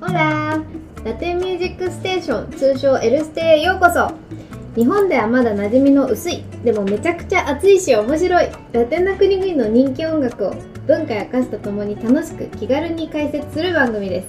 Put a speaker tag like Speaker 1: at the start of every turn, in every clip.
Speaker 1: ほらラテンミュージックステーション通称「L ステ」へようこそ日本ではまだ馴染みの薄いでもめちゃくちゃ熱いし面白いラテンな国々の人気音楽を文化や歌詞とともに楽しく気軽に解説する番組です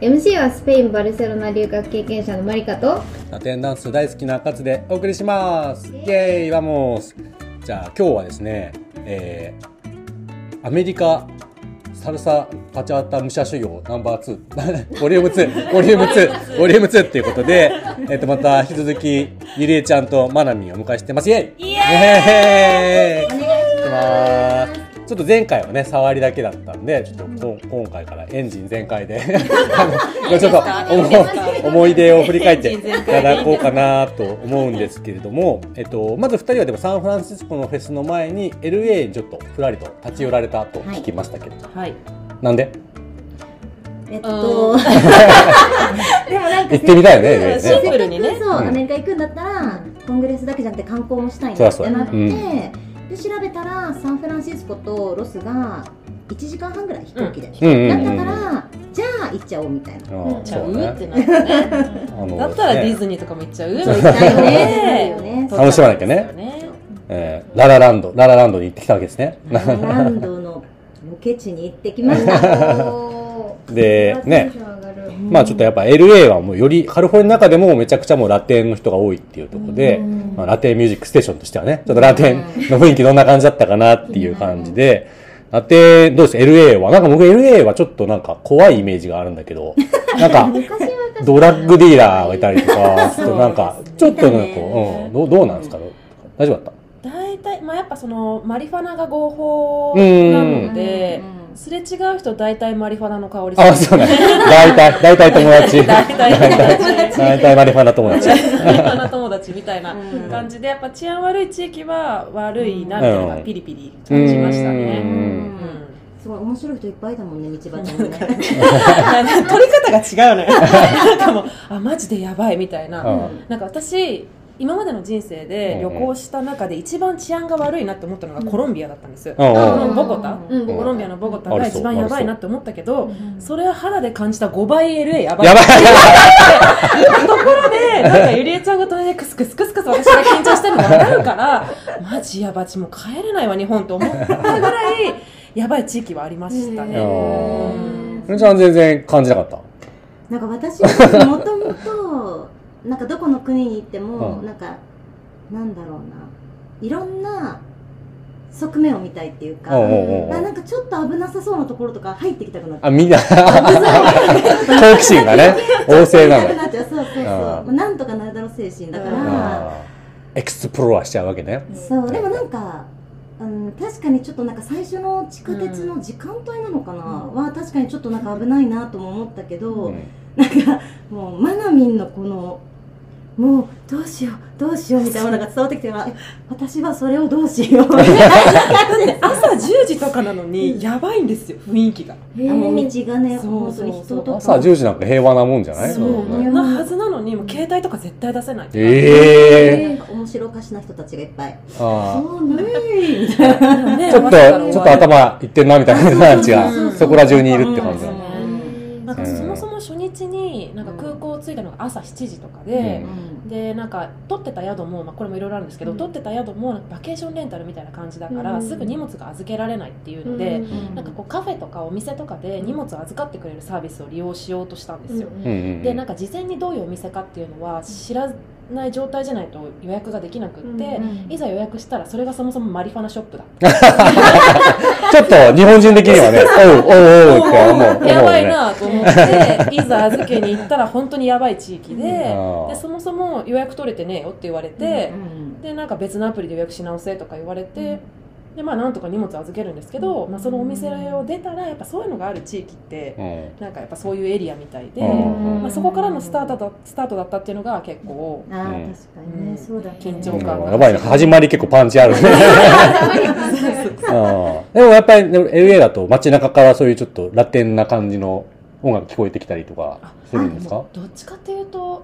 Speaker 1: MC はスペイン・バルセロナ留学経験者のマリカと
Speaker 2: ラテンダンス大好きなカツでお送りしますイエーイワモスじゃあ今日はですね、えー、アメリカサルサパチャータ武者修行ナンバー2ボリュー ム2ボリューム2ボリューム2っていうことで、えっとまた引き続きリレーちゃんとマナミンをお迎えしてますイエーイ
Speaker 3: イ
Speaker 2: エーイ
Speaker 1: お願いし
Speaker 2: ますちょっと前回はね触りだけだったんでちょっとこん今回からエンジン全開 であのちょっと思思い出を振り返っていただこうかなと思うんですけれども、えっと、まず2人はでもサンフランシスコのフェスの前に LA にちょっとふらりと立ち寄られたと聞きましたけど、
Speaker 3: はい。
Speaker 2: なんで
Speaker 4: えっ と、でもなんか
Speaker 2: 行ってみたいよね LA
Speaker 4: せ
Speaker 2: ね
Speaker 4: っか
Speaker 3: シンプルにね
Speaker 4: くそう、
Speaker 2: うん
Speaker 4: アメリカ行くんだったらコングレスだけじゃなくて観光もしたい
Speaker 2: そう
Speaker 4: な
Speaker 2: だ
Speaker 4: っ
Speaker 2: そう
Speaker 4: て
Speaker 2: だ
Speaker 4: なっ
Speaker 2: う
Speaker 4: て、
Speaker 2: ん
Speaker 4: で調べたらサンフランシスコとロスが1時間半ぐらい飛行機で、
Speaker 2: うんうんう
Speaker 4: だ
Speaker 2: ん
Speaker 4: った
Speaker 2: う
Speaker 4: か
Speaker 2: んあ
Speaker 4: ら、じゃあ行っちゃおうみたいな。
Speaker 2: ー
Speaker 3: ちゃ
Speaker 2: そうう
Speaker 3: っ
Speaker 2: だ
Speaker 3: て
Speaker 2: ね
Speaker 3: な るね。
Speaker 2: あの
Speaker 3: だったらディ
Speaker 2: ね
Speaker 3: ズニーとかも行っちゃう。行
Speaker 4: 行きたいよねそうよね
Speaker 2: 楽しまなきゃねえーララランドララランドに行ってきたわけですね
Speaker 4: ラランドのロケ地に行ってきました。
Speaker 2: でね
Speaker 4: うん
Speaker 2: まあちょっとやっぱ LA はもうよりカリフォルニアの中でもめちゃくちゃもうラテンの人が多いっていうところで、
Speaker 4: うん
Speaker 2: まあ、ラテンミュージックステーションとしてはね、ちょっとラテンの雰囲気どんな感じだったかなっていう感じで、ラテン、どうです ?LA は。なんか僕 LA はちょっとなんか怖いイメージがあるんだけど、なんかドラッグディーラーがいたりとか、ちょっとなんか、ちょっとなんかこう、うん、どうどうなんですか大丈夫だっ
Speaker 3: 大体まあやっぱそのマリファナが合法なので
Speaker 4: うんうんうん
Speaker 3: すれ違う人大体マリファナの香りす
Speaker 2: た
Speaker 3: る
Speaker 2: あ、そうね。大体、大体友達。
Speaker 3: 大体
Speaker 2: 大体マリファナ友達。
Speaker 3: マリファナ友達みたいな
Speaker 4: うん
Speaker 3: 感じでやっぱ治安悪い地域は悪いなみたいなのがピリピリ感じました
Speaker 2: う
Speaker 3: ね。
Speaker 2: ん
Speaker 3: うん
Speaker 4: すごい面白い人いっぱいだもんね、道端にね。
Speaker 3: 取り方が違うのよ。なんかもうあマジでやばいみたいな。
Speaker 2: うん
Speaker 3: なんか私今までの人生で旅行した中で一番治安が悪いなって思ったのがコロンビアだったんです、
Speaker 2: うんうん
Speaker 3: あのボコタ、
Speaker 1: うん
Speaker 3: コロンビアのボコタ
Speaker 2: あ
Speaker 3: が
Speaker 2: りそう
Speaker 3: 一番やばいなって思ったけどそれは肌で感じた5倍 LA やばい
Speaker 2: やばい
Speaker 3: ところでなんかゆりえちゃんが隣でクスクスクスクス私が緊張してるのが分かるからマジやばちもう帰れないわ日本と思ったぐらいやばい地域はありました
Speaker 2: へ
Speaker 3: ね、
Speaker 2: ー
Speaker 3: うん
Speaker 2: ちゃん全然感じなかった。
Speaker 4: なんか私はもともとなんかどこの国に行っても、
Speaker 2: うん
Speaker 4: なんかなんだろうないろんな側面を見たいっていうか、
Speaker 2: うんうんうん
Speaker 4: あなんかちょっと危なさそうなところとか入ってきたくなっちゃ
Speaker 2: あ、
Speaker 4: う
Speaker 2: みんな、好奇心がね、旺盛な
Speaker 4: 入りたく
Speaker 2: の。
Speaker 4: なっちゃうそうそうそ
Speaker 2: あ
Speaker 4: うま
Speaker 2: ー
Speaker 4: あなんとかなるだろう精神だから、
Speaker 2: あーエクスプローラーしちゃうわけね。
Speaker 4: そうでもなんか、うん、確かにちょっとなんか最初の地下鉄の時間帯なのかな、は確かにちょっとなんか危ないなとも思ったけど、
Speaker 2: うん
Speaker 4: なんかもうマナミンのこのもうどうしようどうしようみたいなものが伝わってきてえ私はそれをどうしよう
Speaker 3: だって朝10時とかなのにやばいんですよ雰囲気が。
Speaker 4: あの道がね
Speaker 3: そう
Speaker 4: 本
Speaker 3: そうそう
Speaker 4: 当に人と
Speaker 2: 朝
Speaker 4: か
Speaker 2: 10時なんか平和なもんじゃない
Speaker 3: そ
Speaker 2: ん
Speaker 3: うなはずなのにもう携帯とか絶対出せない
Speaker 2: ええ
Speaker 4: なんか面白おかしな人たちがいっぱい
Speaker 2: あー
Speaker 4: そうねみたい
Speaker 3: ね
Speaker 2: ちょっと、
Speaker 3: ま
Speaker 2: ち
Speaker 3: さか
Speaker 2: ょ
Speaker 3: の
Speaker 2: っと頭いってんなみたいな感じが
Speaker 3: そうそうそう、
Speaker 2: そこら中にいるって感じだ
Speaker 4: そう
Speaker 2: ね。
Speaker 3: なんかそもそも初日になんか空港を着いたのが朝7時とか
Speaker 2: う
Speaker 3: で
Speaker 4: な、
Speaker 3: でなんか取ってた宿も、まあ、これもいろいろあるんですけど、取ってた宿もなんかバケーションレンタルみたいな感じだから、
Speaker 1: うん
Speaker 3: すぐ荷物が預けられないっていうので、
Speaker 4: うん
Speaker 3: なんかこうカフェとかお店とかで荷物を預かってくれるサービスを利用しようとしたんですよ、
Speaker 2: うんうん
Speaker 3: でなんか事前にどういうお店かっていうのは知らない状態じゃないと予約ができなくって、
Speaker 4: うん
Speaker 3: いざ予約したらそれがそもそもマリファナショップだ
Speaker 2: ちょっと日本人的にはね、おうおうおうって思う。思うね
Speaker 3: やばいなと思っていざ預けに行ったら本当にやばい地域で
Speaker 2: うん
Speaker 3: でそもそも予約取れてねえよって言われて、でなんか別のアプリで予約し直せとか言われて、でまあなんとか荷物預けるんですけど、まあ、そのお店を出たらやっぱそういうのがある地域って、
Speaker 2: うん
Speaker 3: なんかやっぱそういうエリアみたいで、
Speaker 2: うん
Speaker 3: まあ、そこからのスタートだスタートだったっていうのが結構
Speaker 4: あー確かに
Speaker 3: うん
Speaker 4: ねそうだね
Speaker 3: 緊
Speaker 2: う
Speaker 3: 張
Speaker 2: ん
Speaker 3: 感
Speaker 2: やばいな、始まり結構パンチあるね。あーでもやっぱりね LA だと街中からそういうちょっとラテンな感じの音楽聞こえてきたりとかするんですか
Speaker 3: どっちかっていうと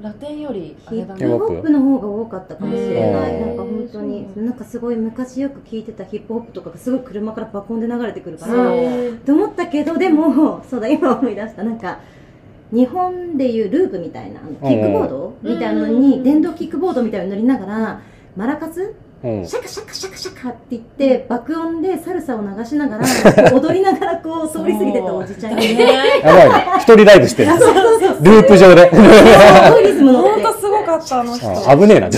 Speaker 3: ラテンよりあ
Speaker 4: ヒ
Speaker 3: れ
Speaker 4: ッ
Speaker 3: だ
Speaker 4: プ
Speaker 3: ね
Speaker 4: ホップの方が多かったかもしれな
Speaker 2: う
Speaker 4: い、
Speaker 2: ん
Speaker 4: なんか本当
Speaker 1: う
Speaker 4: に、なんかすごい昔よく聴いてたヒップホップとかがすごい車からバコンで流れてくるから、
Speaker 1: そう
Speaker 4: と思ったけど、でも、そうだ、今思い出した、なんか、日本でいうループみたいなあのキックボードみたいなのに電動キックボードみたいなの乗りながらマラカス
Speaker 2: うん
Speaker 4: シャカシャカシャカシャカって言って爆音でサルサを流しながら こう踊りながらこう通り過ぎてったおじちゃんがね
Speaker 3: ね
Speaker 2: やばいね。一人ライブしてる。
Speaker 4: そうそう そう
Speaker 2: ループ上で。
Speaker 4: そういうリズム乗
Speaker 3: ほ
Speaker 4: っ
Speaker 3: ん
Speaker 4: て
Speaker 3: とすごかったあの人
Speaker 2: あ危ねえな。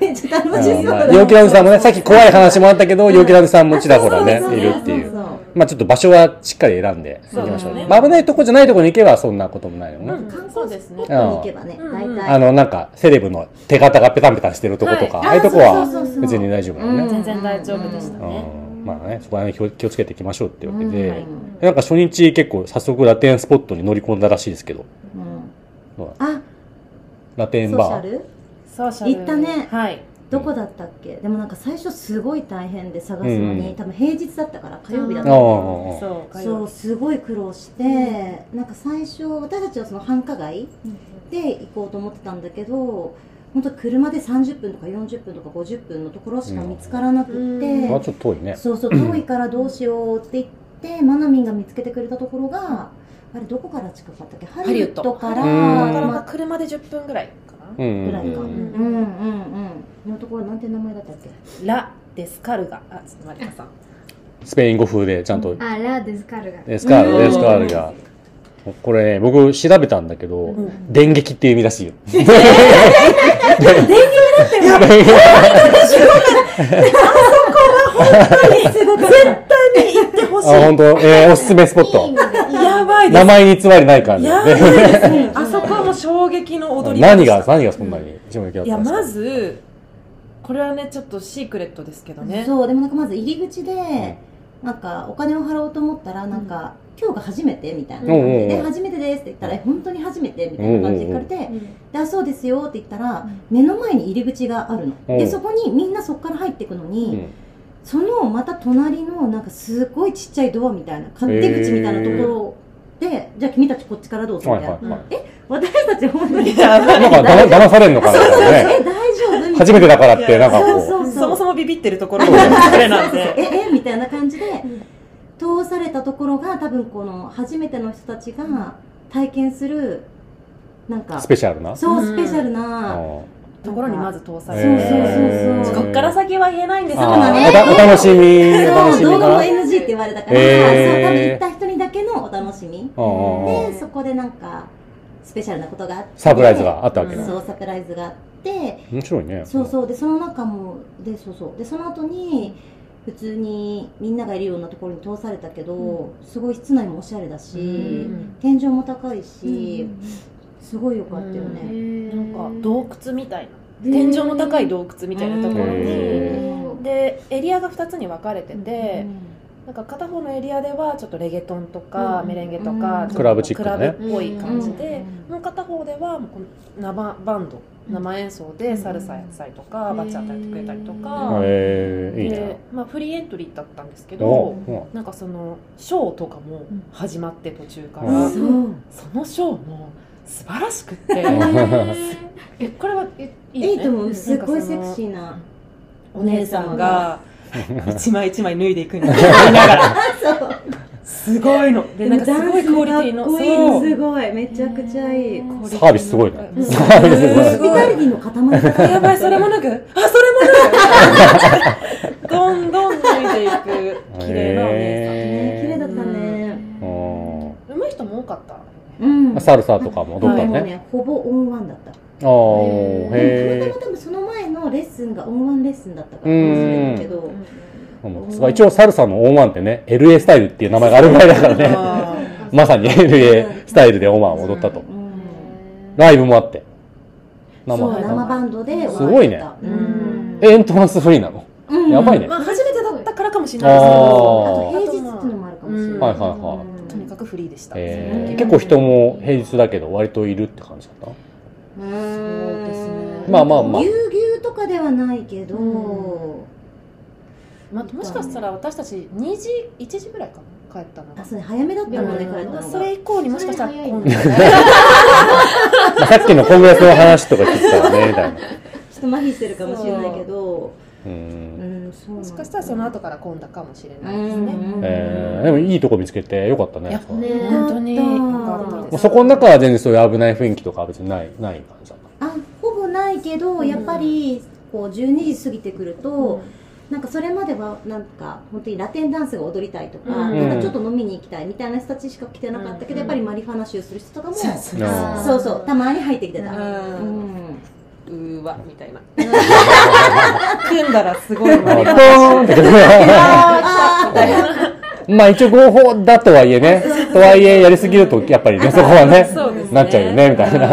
Speaker 4: めっ ちゃ楽しそう
Speaker 2: まあ
Speaker 4: だ
Speaker 2: 陽気ランドさんもね、さっき怖い話もあったけど、陽気ランドさんもちらほらね
Speaker 4: そうそう、そう
Speaker 2: いるってい。
Speaker 4: そうう
Speaker 2: まあちょっと場所はしっかり選んでいきまし
Speaker 3: そ
Speaker 2: ょ
Speaker 3: う
Speaker 2: う。
Speaker 3: だね
Speaker 2: まあ危ないとこじゃないとこに行けばそんなこともないよ
Speaker 3: う
Speaker 2: ね。
Speaker 3: ん
Speaker 4: 観
Speaker 3: そう
Speaker 4: 光
Speaker 3: で
Speaker 4: ス
Speaker 3: す
Speaker 4: ポ
Speaker 3: ね
Speaker 4: ットに行けばね
Speaker 3: うん
Speaker 4: 大
Speaker 2: あ
Speaker 4: 体
Speaker 2: の、なんか、セレブの手形がペタンペタンしてるとことか、
Speaker 3: は
Speaker 2: ああいうとこ
Speaker 4: あ
Speaker 2: は
Speaker 4: そうそうそう
Speaker 2: 別に大丈夫だよ
Speaker 4: うん
Speaker 2: ね。
Speaker 3: 全然大丈夫でした
Speaker 2: う
Speaker 3: ね
Speaker 2: んまあね、そこら辺気を気をつけていきましょうっていうわけ
Speaker 4: うんは
Speaker 2: で
Speaker 4: い、
Speaker 2: なんか初日結構早速ラテンスポットに乗り込んだらしいですけど、
Speaker 4: うん
Speaker 2: どうだ
Speaker 4: あ
Speaker 2: ラテ
Speaker 4: ソ
Speaker 2: ン
Speaker 4: ーシャ
Speaker 2: バー。
Speaker 4: ル
Speaker 3: ソーシャル
Speaker 4: 行ったね
Speaker 3: はい
Speaker 4: どこだったっけでもなんか最初すごい大変で探すのに、
Speaker 2: うん
Speaker 4: 多分平日だったから火曜日だった
Speaker 2: あ
Speaker 4: か
Speaker 2: ー
Speaker 3: そう
Speaker 4: ら
Speaker 3: 会
Speaker 4: そう
Speaker 3: 話
Speaker 4: すごい苦労して、なんか最初私たちはその繁華街で行こうと思ってたんだけど本当車で30分とか40分とか50分のところしか見つからなくって、
Speaker 3: うん
Speaker 2: まあちょっと遠いね。
Speaker 4: そうそう遠いからどうしようって言ってマナミンが見つけてくれたところがあれどこから近かったっけハ
Speaker 3: リ
Speaker 4: リ
Speaker 3: ウ
Speaker 4: ウ
Speaker 3: ッ
Speaker 4: ッ
Speaker 3: ド
Speaker 4: ドから、
Speaker 2: うん
Speaker 3: だからまあ
Speaker 4: ま
Speaker 3: 車で10分ぐらいかな
Speaker 2: うんうん
Speaker 4: ぐらいか、
Speaker 2: う
Speaker 4: う
Speaker 2: ん。
Speaker 4: んうんうんうんのところなんて名前だったっけ
Speaker 3: ラ・デスカルガあちょっと待ってくださ
Speaker 2: スペイン語風でちゃんと
Speaker 1: あらですからが
Speaker 2: エスカー
Speaker 3: う
Speaker 2: ル、
Speaker 3: ん
Speaker 2: エスカールが。これね、僕調べたんだけど、
Speaker 3: ん
Speaker 2: 電撃っていう意味らしいよ。
Speaker 3: い行っ て ほ
Speaker 2: あ、本当、えーおすすめスポット。
Speaker 3: やばいで
Speaker 2: 名
Speaker 3: す
Speaker 2: 前に偽りない感じ
Speaker 3: やば
Speaker 2: で。
Speaker 3: いですね あそこはもう衝撃の踊り場で
Speaker 2: 何
Speaker 3: した
Speaker 2: が、何がそんなに衝撃だっ
Speaker 3: い
Speaker 2: た
Speaker 3: や
Speaker 2: んですか
Speaker 3: まずこれはねちょっとシークレットですけどね
Speaker 4: そうでもなんかまず入り口でなんかお金を払おうと思ったらなんか、今日が初めてみたいな感じ
Speaker 2: うんうんうん
Speaker 4: でで初めてですって言ったらえ本当に初めてみたいな感じで聞かれてであそうですよって言ったら目の前に入り口があるの
Speaker 2: う
Speaker 4: で
Speaker 2: ん
Speaker 4: そこにみんなそこから入っていくのに、
Speaker 2: うん
Speaker 4: そのまた隣のなんかすごいちっちゃいドアみたいな勝手口みたいなところで、じゃあ君たちこっちからどうぞみ
Speaker 2: は
Speaker 4: た
Speaker 2: い
Speaker 4: い
Speaker 2: は、
Speaker 4: ない
Speaker 2: はい。
Speaker 4: 私たち本当に
Speaker 3: やばい
Speaker 2: なんかだま、騙されるのかなみたいなね。
Speaker 4: え大丈夫みたいな
Speaker 2: 初めてだからって、なんか
Speaker 4: そう
Speaker 2: こ
Speaker 4: そうそう
Speaker 3: そもそもビビってるところもそれなん
Speaker 4: そうそ
Speaker 3: で
Speaker 4: うええみたいな感じで
Speaker 1: ん
Speaker 4: 通されたところが多分この初めての人たちが体験するなん
Speaker 2: う、
Speaker 4: か
Speaker 2: スペシャルな。
Speaker 4: そううんスペシャル
Speaker 2: うん
Speaker 4: な、
Speaker 3: ところにまず通され
Speaker 4: そうそうそう
Speaker 3: て
Speaker 2: へー
Speaker 4: そう
Speaker 3: こっから先は言えないんです
Speaker 2: あ
Speaker 3: よ
Speaker 2: ー
Speaker 3: ね
Speaker 2: おたお楽しみ、お楽
Speaker 4: そう
Speaker 2: しみ
Speaker 4: 動
Speaker 2: か
Speaker 4: 画
Speaker 2: な
Speaker 4: も。NG って言われたから、
Speaker 2: へー
Speaker 4: そう多分行った人にだけのお楽しみ
Speaker 2: うんうんうん
Speaker 4: でそこでなんかスペシャルなことがあって
Speaker 2: サプライズがあったわけだ。
Speaker 4: そうサプライズがあって
Speaker 2: 面白いね。
Speaker 4: そうそうでその中もでそうそうでその後に普通にみんながいるようなところに通されたけど、すごい室内もおしゃれだし、
Speaker 3: うん
Speaker 4: 天井も高いし、すごい良かったよね、
Speaker 3: なんか洞窟みたいな天井の高い洞窟みたいなところ
Speaker 2: へ
Speaker 3: に
Speaker 2: ー
Speaker 3: でエリアが2つに分かれてて
Speaker 4: うん
Speaker 3: なんか片方のエリアではちょっとレゲトンとか
Speaker 1: うん
Speaker 3: メレンゲと
Speaker 4: う
Speaker 3: かちょっ
Speaker 4: ん
Speaker 3: と
Speaker 2: クラブチックなね
Speaker 3: クラブっぽい感じで
Speaker 4: うん
Speaker 3: もう片方ではもうこの生バンド生演奏でサルサやったりとか
Speaker 1: うん
Speaker 3: バチャやってくれたりと
Speaker 1: う
Speaker 3: か
Speaker 1: ん
Speaker 2: えー、いいね
Speaker 3: で。まあフリーエントリーだったんですけ
Speaker 2: お
Speaker 3: ど
Speaker 2: うおう
Speaker 3: なんかそのショーとかも始まって途中から
Speaker 2: うん
Speaker 4: そう
Speaker 3: そのショーも素晴らしくって えこれはえいいよ
Speaker 4: いい
Speaker 3: ね
Speaker 4: と思うすごい
Speaker 3: なんかそ
Speaker 4: セ
Speaker 3: の
Speaker 4: クシーな
Speaker 3: お姉さんが一枚一枚脱いでいくんですよ見ながら
Speaker 4: そう
Speaker 3: すごいのでなんかすごいクオリティの
Speaker 4: ダンスがかっこいいすごいめちゃくちゃいい、
Speaker 3: そう
Speaker 2: サービスすごいね
Speaker 3: うん
Speaker 4: サ
Speaker 2: ービスすごい
Speaker 4: ホスピタリティの塊だ
Speaker 3: やばいそれも脱ぐあそれも脱ぐどんどん脱いでいく綺麗なお姉
Speaker 4: ね綺麗だ
Speaker 2: っ
Speaker 4: ったね、
Speaker 2: た。うん
Speaker 3: さん上手い人も多かった
Speaker 4: うん
Speaker 2: サルサとかもどっ
Speaker 4: で
Speaker 2: か
Speaker 4: も
Speaker 2: ね。
Speaker 4: ねほぼオンワンだった
Speaker 2: あー
Speaker 1: うん
Speaker 4: でもた
Speaker 2: へ
Speaker 4: またま多分その前のレッスンがオンワンレッスンだったから
Speaker 2: う
Speaker 4: か
Speaker 2: ん
Speaker 4: もしれないけど、
Speaker 2: ーうんそうか一応サルサのオーマンってね、LA スタイルっていう名前があるぐらいだからね。
Speaker 3: あ ー
Speaker 2: まさに LA スタイルでオーマンを踊ったと。
Speaker 4: うん
Speaker 2: ライブもあって。
Speaker 4: そう
Speaker 2: 生
Speaker 4: 生バンドで
Speaker 2: ごいね
Speaker 4: うん
Speaker 2: エントランスフリーなの。
Speaker 4: うん
Speaker 2: やばいね
Speaker 3: まあ初めてだったからかもしれないですけ
Speaker 4: あ
Speaker 2: あ
Speaker 3: ど
Speaker 4: と
Speaker 2: ー
Speaker 4: 平日っていうのもあるかもしれない、
Speaker 3: うんはい
Speaker 2: はいはい
Speaker 4: うん
Speaker 3: とにかくフリーでした、
Speaker 2: え
Speaker 4: う
Speaker 2: ー
Speaker 4: ん
Speaker 2: 結構人も平日だけど割といるって感じだった。
Speaker 4: う
Speaker 3: そうですね
Speaker 2: まあまあまあ
Speaker 4: ぎゅうぎゅうとかではないけど、
Speaker 3: うまあ、もしかしたら私たち2時1時ぐらいかな帰ったのが
Speaker 4: あそれ早めだったもん
Speaker 1: う
Speaker 4: ね、帰
Speaker 1: ん
Speaker 4: った
Speaker 3: ま
Speaker 4: の
Speaker 3: あ
Speaker 4: が
Speaker 3: それ以降にもしかしたら
Speaker 1: それ
Speaker 3: 今
Speaker 1: 早い
Speaker 3: 度ね
Speaker 2: まあさっきのコングレスの話とか聞いたらね、みたいな。
Speaker 4: ちょっと麻痺してるかもしれないけど
Speaker 2: うん
Speaker 4: うん、そうな
Speaker 3: も
Speaker 4: んだ
Speaker 3: しかしたらその後から混んだかもしれ
Speaker 4: う
Speaker 3: ないです
Speaker 4: ん
Speaker 3: ね。
Speaker 4: うん
Speaker 2: えーでもいいとこ見つけてよかったね
Speaker 3: いや
Speaker 2: そこ
Speaker 1: ね
Speaker 3: 本当に良かった
Speaker 2: も
Speaker 3: で
Speaker 2: う
Speaker 3: す
Speaker 2: そこの中は全然そういう危ない雰囲気とかは別にないない感じだった
Speaker 4: あほぼないけど
Speaker 3: ん
Speaker 4: やっぱりこう12時過ぎてくると、なんかそれまではなんか本当にラテンダンスが踊りたいとか,、
Speaker 3: うん
Speaker 4: なんかちょっと飲みに行きたいみたいな人たちしか来てなかったけど、
Speaker 3: うん
Speaker 4: やっぱりマリファナ臭する人とかも、
Speaker 3: そうそう
Speaker 2: なるほど
Speaker 4: そうそうたまに入ってきてた、
Speaker 3: う
Speaker 4: うんん
Speaker 3: うーわみ たいな組んだらすごい
Speaker 2: あ
Speaker 3: 割り
Speaker 2: ポ
Speaker 3: 箸
Speaker 2: ーンってくる
Speaker 4: あ
Speaker 2: まあ一応合法だとはいえねとはいえやりすぎるとやっぱりねそこはね
Speaker 3: そうですね
Speaker 2: なっちゃうよねみたいな
Speaker 3: うん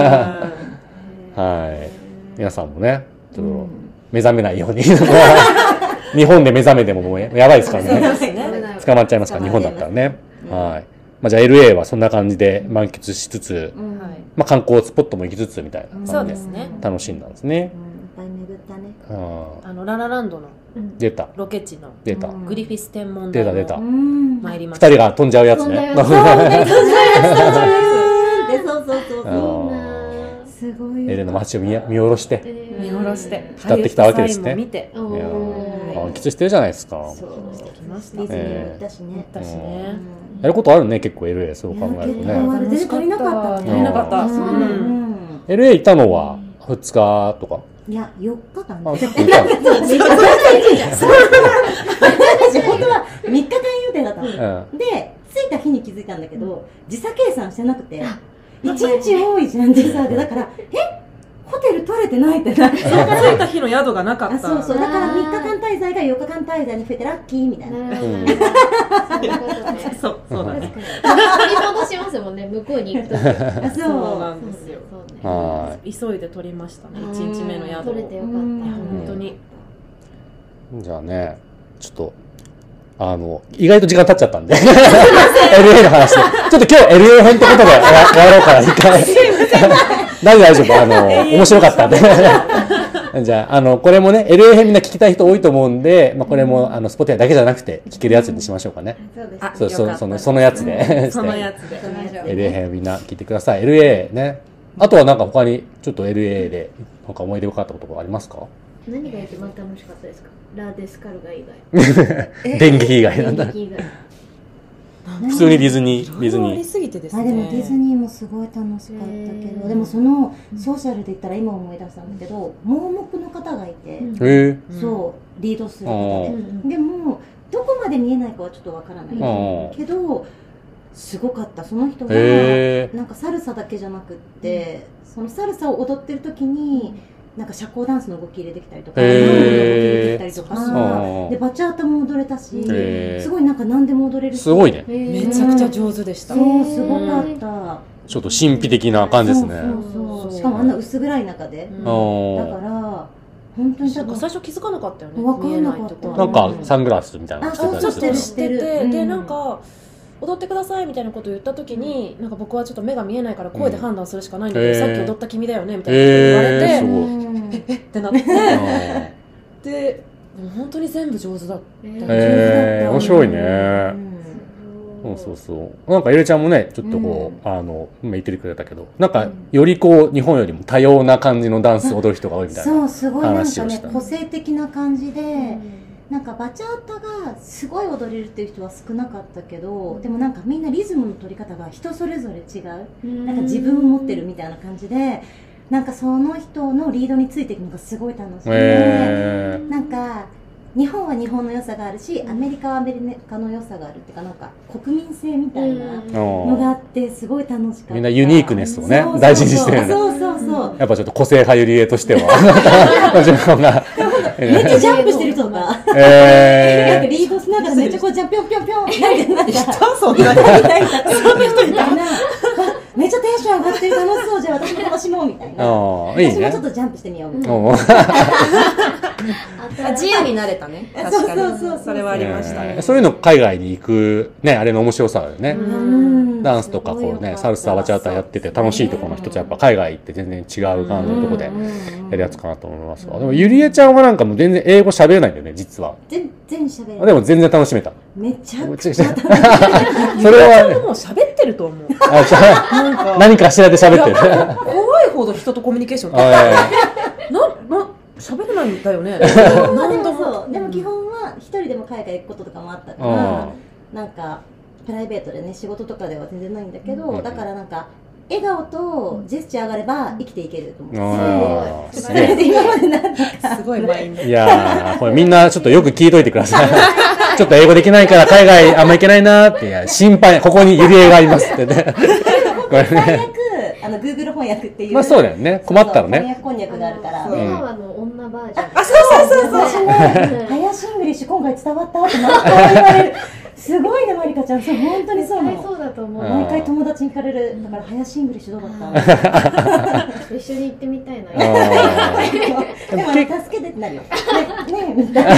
Speaker 2: はい皆さんもねちょっと目覚めないように 日本で目覚めてももうやばいですから
Speaker 3: そう
Speaker 2: ね
Speaker 3: です
Speaker 1: 危
Speaker 3: ね
Speaker 1: ない
Speaker 2: 捕まっちゃいますから日本だったらね、はいまあ、じゃあ LA はそんな感じで満喫しつつ、
Speaker 4: ーうん
Speaker 1: はい
Speaker 2: まあ、観光スポットも行きつつみたいな感じで
Speaker 3: そうですね
Speaker 2: 楽しんだんですね
Speaker 4: う、んいっぱい巡ったね
Speaker 2: うん、
Speaker 3: あのララランドの
Speaker 2: 出た
Speaker 3: ロケ地の
Speaker 2: 出た、
Speaker 4: うん
Speaker 3: グリフィス天文
Speaker 2: 出
Speaker 3: 台
Speaker 2: た
Speaker 3: の
Speaker 2: 出た
Speaker 4: うん
Speaker 3: 参りまし
Speaker 2: 二
Speaker 3: た
Speaker 2: 人が飛んじゃうやつ
Speaker 1: 飛んだ
Speaker 2: ね
Speaker 1: やつそう
Speaker 4: でそうそうそ
Speaker 2: あ
Speaker 4: うそう
Speaker 2: ー
Speaker 4: すごいよ
Speaker 2: LA の街を見や見下ろして
Speaker 3: 見下ろ して
Speaker 2: 浸ってきたわけですね
Speaker 3: ハリウッドサインも
Speaker 1: お
Speaker 3: 見て
Speaker 2: いや
Speaker 1: ー
Speaker 2: 満喫してるじゃないですか
Speaker 4: そう
Speaker 3: してきました
Speaker 4: ディズニーも行ったし
Speaker 3: 行っ
Speaker 4: ね、
Speaker 3: たしね
Speaker 2: やることあるね結構 LA そう考えると
Speaker 4: いや
Speaker 2: ね
Speaker 4: あれ全然足りなかった
Speaker 3: 足りなかった
Speaker 4: う
Speaker 3: うんん
Speaker 4: うん
Speaker 2: LA 行ったのは2日とか
Speaker 4: いや4日間
Speaker 2: あ
Speaker 4: ね
Speaker 2: 結構いたの
Speaker 4: 私本当は3日間予定だったので
Speaker 2: うん
Speaker 4: 着いた日に気づいたんだけど時差計算してなくて1日多いじゃん時差でだからえホテル取れてないってなって
Speaker 3: そこから着いた日の宿がなか
Speaker 4: あ
Speaker 3: った
Speaker 4: そうそうだから3日間滞在が4日間滞在に増えてラッキーみたいな
Speaker 1: なるほど
Speaker 2: うん
Speaker 1: ねそういうことね
Speaker 3: そうそうだね
Speaker 1: 確かに取り戻しますもんね向こうに行くと
Speaker 4: あそう
Speaker 3: そうなんですよ
Speaker 1: そうね
Speaker 2: は
Speaker 3: 急いで取りましたね
Speaker 4: うん
Speaker 3: 1日目の宿を
Speaker 1: 取れてよかっ
Speaker 4: うん
Speaker 3: いや本当に
Speaker 2: いじゃあねちょっとあの意外と時間経っちゃったんで LA の話でちょっと今日 LA 編ってことで終わ終わろうかな一回大丈夫大丈夫あの面白かったんでじゃああのこれもね LA 編みんな聞きたい人多いと思うんで、まあ、これも、あの Spotify だけじゃなくて聞けるやつにしましょうかね、
Speaker 1: そうです
Speaker 3: あ
Speaker 2: そうそう
Speaker 3: よかった
Speaker 2: そのそのやつで
Speaker 3: うんそのやつで
Speaker 4: そうですね
Speaker 2: LA 編みんな聞いてください LA ねあとはなんか他にちょっと LA でなんか思い出よかったことがありますか
Speaker 1: 何が一番楽しかったですかラ・デスカルガ以
Speaker 2: 電撃以外なん
Speaker 1: 外電
Speaker 2: だ
Speaker 1: 撃以外
Speaker 2: 普通にディズニーディズ
Speaker 3: いろいろあ
Speaker 2: ニ
Speaker 3: り
Speaker 2: ー
Speaker 3: すぎてです
Speaker 4: あ
Speaker 3: ね
Speaker 4: でもディズニーもすごい楽しかったけ
Speaker 1: う
Speaker 4: ど
Speaker 1: ん
Speaker 4: でもそのソーシャルで言ったら今思い出したんだけど盲目の方がいて
Speaker 1: うん
Speaker 2: へえ
Speaker 3: うん
Speaker 4: そうリードする方
Speaker 2: う
Speaker 4: で
Speaker 2: ん
Speaker 4: でもどこまで見えないかはちょっとわからな
Speaker 1: う
Speaker 4: い
Speaker 2: へ
Speaker 4: けどすごかったその人が
Speaker 2: え
Speaker 4: なんかサルサだけじゃなくってそのサルサを踊ってる時になんか社交ダンスの動き入れてきたりとか
Speaker 2: へー
Speaker 4: 日本の動き入れてきたりと
Speaker 2: そ
Speaker 4: か
Speaker 2: う
Speaker 4: でバチャータも踊れたし
Speaker 2: へー
Speaker 4: すごいなんか何でも踊れるし
Speaker 2: すごいね
Speaker 1: め
Speaker 3: めちゃくちゃ上手でした
Speaker 4: そうすごかった
Speaker 2: ちょっと神秘的な感じですね
Speaker 4: そうそうそうしかもあんな薄暗い中で
Speaker 3: うん
Speaker 2: あ
Speaker 4: だ
Speaker 2: ー
Speaker 4: から本当に
Speaker 3: な
Speaker 4: 多
Speaker 3: んか
Speaker 4: 分
Speaker 3: 最初気づかなかったよね
Speaker 4: わか
Speaker 3: 見え
Speaker 4: んな
Speaker 3: ない
Speaker 4: かった
Speaker 3: ところ
Speaker 2: なんかサングラスみたいなのして
Speaker 3: そ
Speaker 2: た
Speaker 3: う
Speaker 2: り
Speaker 3: そう
Speaker 2: する
Speaker 3: して
Speaker 2: の
Speaker 3: る
Speaker 4: そ
Speaker 3: して
Speaker 4: う
Speaker 3: て、
Speaker 4: うん
Speaker 3: でなんか踊ってくださいみたいなことを言った時に、なんか僕はちょっと目が見えないから声で判断するしかないんだけど、
Speaker 2: うんへー
Speaker 3: さっき踊った君だよねみたいなこと言われて、
Speaker 2: へーすごい
Speaker 4: うん
Speaker 3: えっってなって
Speaker 2: あ
Speaker 3: ででも本当に全部上手だっ
Speaker 2: ーへー面白いねそうそうそうなんかゆれちゃんもねちょっとこう、あの今言ってくれたけどなんかよりこう日本よりも多様な感じのダンス踊る人が多いみたいな
Speaker 4: そうすごいなん
Speaker 2: 話を
Speaker 4: かね
Speaker 2: した
Speaker 4: 個性的な感じでなんかバチャータがすごい踊れるっていう人は少なかったけどでもなんかみんなリズムの取り方が人それぞれ違うなんか自分を持ってるみたいな感じでなんかその人のリードについていくのがすごい楽しくて、
Speaker 2: へ
Speaker 4: なんか日本は日本の良さがあるしアメリカはアメリカの良さがあるっていうかなんか国民性みたいな
Speaker 2: え
Speaker 4: のがあってすごい楽しかった
Speaker 2: みんなユニークネスをね
Speaker 4: そうそうそう
Speaker 2: 大事にしてるんだ
Speaker 4: そうそうそう
Speaker 2: やっぱちょっと個性派ゆりえとして は自分が
Speaker 4: めっちゃジャンプしてる人とかなんか
Speaker 2: え
Speaker 4: リードしながらめっちゃこうジャンピョンピョンピョンなんかなんか
Speaker 3: たそんなに
Speaker 4: みたいな。そんな人いたな。めっちゃテンション上がってる楽しそうじゃあ私も楽しもうみたい
Speaker 2: ー、
Speaker 4: な。
Speaker 2: ああいい
Speaker 4: 私も
Speaker 2: ね
Speaker 4: ちょっとジャンプしてみようみたい
Speaker 2: おー
Speaker 3: 自由になれたね確かに
Speaker 4: そうそうそうそう
Speaker 3: れはありました
Speaker 2: え
Speaker 3: ね
Speaker 2: ーそういうの海外に行くねあれの面白さだよね、
Speaker 1: うん
Speaker 4: な。
Speaker 1: うん
Speaker 2: ダンスとかこうねサルサバチャータやってて楽しいところの一つやっぱ海外行って全然違う感じのとこでやるやつかなと思いますわ、でもゆりえちゃんはなんかもう全然英語喋れないんだよね実は
Speaker 4: 全然喋れな
Speaker 2: で
Speaker 4: い。
Speaker 2: も全然楽しめ た
Speaker 4: めちゃくち
Speaker 2: それは、ね、
Speaker 3: もう喋ってると思う
Speaker 2: あじゃ
Speaker 3: なん
Speaker 2: あ
Speaker 3: か
Speaker 2: 何かしらで喋ってる
Speaker 3: 怖いほど人とコミュニケーション
Speaker 2: あ
Speaker 3: なな喋れないんだよ ね
Speaker 4: まあで
Speaker 3: 何度
Speaker 4: も
Speaker 3: も
Speaker 4: そうでも基本は一人でも海外行くこととかもあったか
Speaker 2: うん
Speaker 4: ら、なんかプライベートでね仕事とかでは全然ないんだけど、
Speaker 2: うん
Speaker 4: だからなんか笑顔とジェスチャーがあれば生きていけると思って、
Speaker 2: あー
Speaker 1: す
Speaker 2: す
Speaker 1: ご
Speaker 4: そ
Speaker 1: い
Speaker 2: げ
Speaker 4: れで 今までなんとか
Speaker 3: すごいマインド
Speaker 2: えいやーこれみんなちょっとよく聞いといてくださいちょっと英語できないから海外あんま行けないなーっていや心配ここに指輪がありますってねこれ
Speaker 4: 最
Speaker 2: ね
Speaker 4: 悪あの Google 翻訳っていう
Speaker 2: まあそうだよね困ったらね
Speaker 4: そうそう翻訳こんにゃくがあるから、
Speaker 1: あ
Speaker 4: う
Speaker 1: の
Speaker 4: ん
Speaker 1: 出川の女バージョン。
Speaker 3: あそうそうそうそう
Speaker 4: 私ね、林イングリッシュ今回伝わったって毎回言われる。すごいね、まりかちゃん。そう、本当にそうな
Speaker 1: 絶対
Speaker 4: の。
Speaker 1: そうだと思
Speaker 2: うん
Speaker 1: う。
Speaker 4: 毎回友達に聞かれる。だから、林イングリッシュどうだった
Speaker 1: 一緒に行ってみたいな。
Speaker 2: あー
Speaker 4: でも、あ
Speaker 2: 結
Speaker 4: の助けてってなる よ。ね、ねみたいな。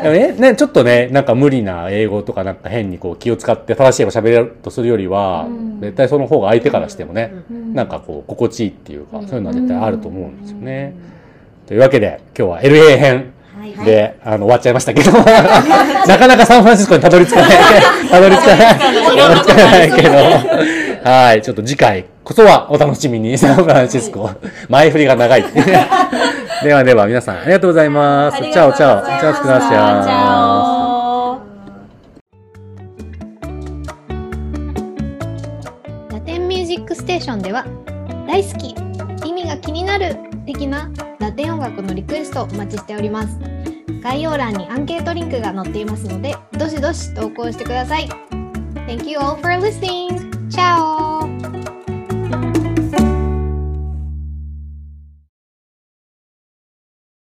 Speaker 2: でもねねちょっとねなんか無理な英語とかなんか変にこう気を使って正しい英語喋れるとするよりは、
Speaker 4: うん
Speaker 2: 絶対その方が相手からしてもね、
Speaker 3: うん
Speaker 2: なんかこう心地いいっていうか、
Speaker 1: うん
Speaker 2: そういうのは絶対あると思うんですよね。というわけで今日は LA 編
Speaker 4: はい。
Speaker 2: で、あの終わっちゃいましたけど なかなかサンフランシスコにたどり着かない たどり着かないたどり着かないけどはいちょっと次回こそはお楽しみにサンフランシスコ前振りが 長いではでは皆さんありがとうございます。チャオチャオチャオスクラシャー。
Speaker 1: ラテンミュージックステーションでは大好き意味が気になる的なラテン音楽のリクエストをお待ちしております概要欄にアンケートリンクが載っていますのでどしどし投稿してください Thank you all for listening! Ciao!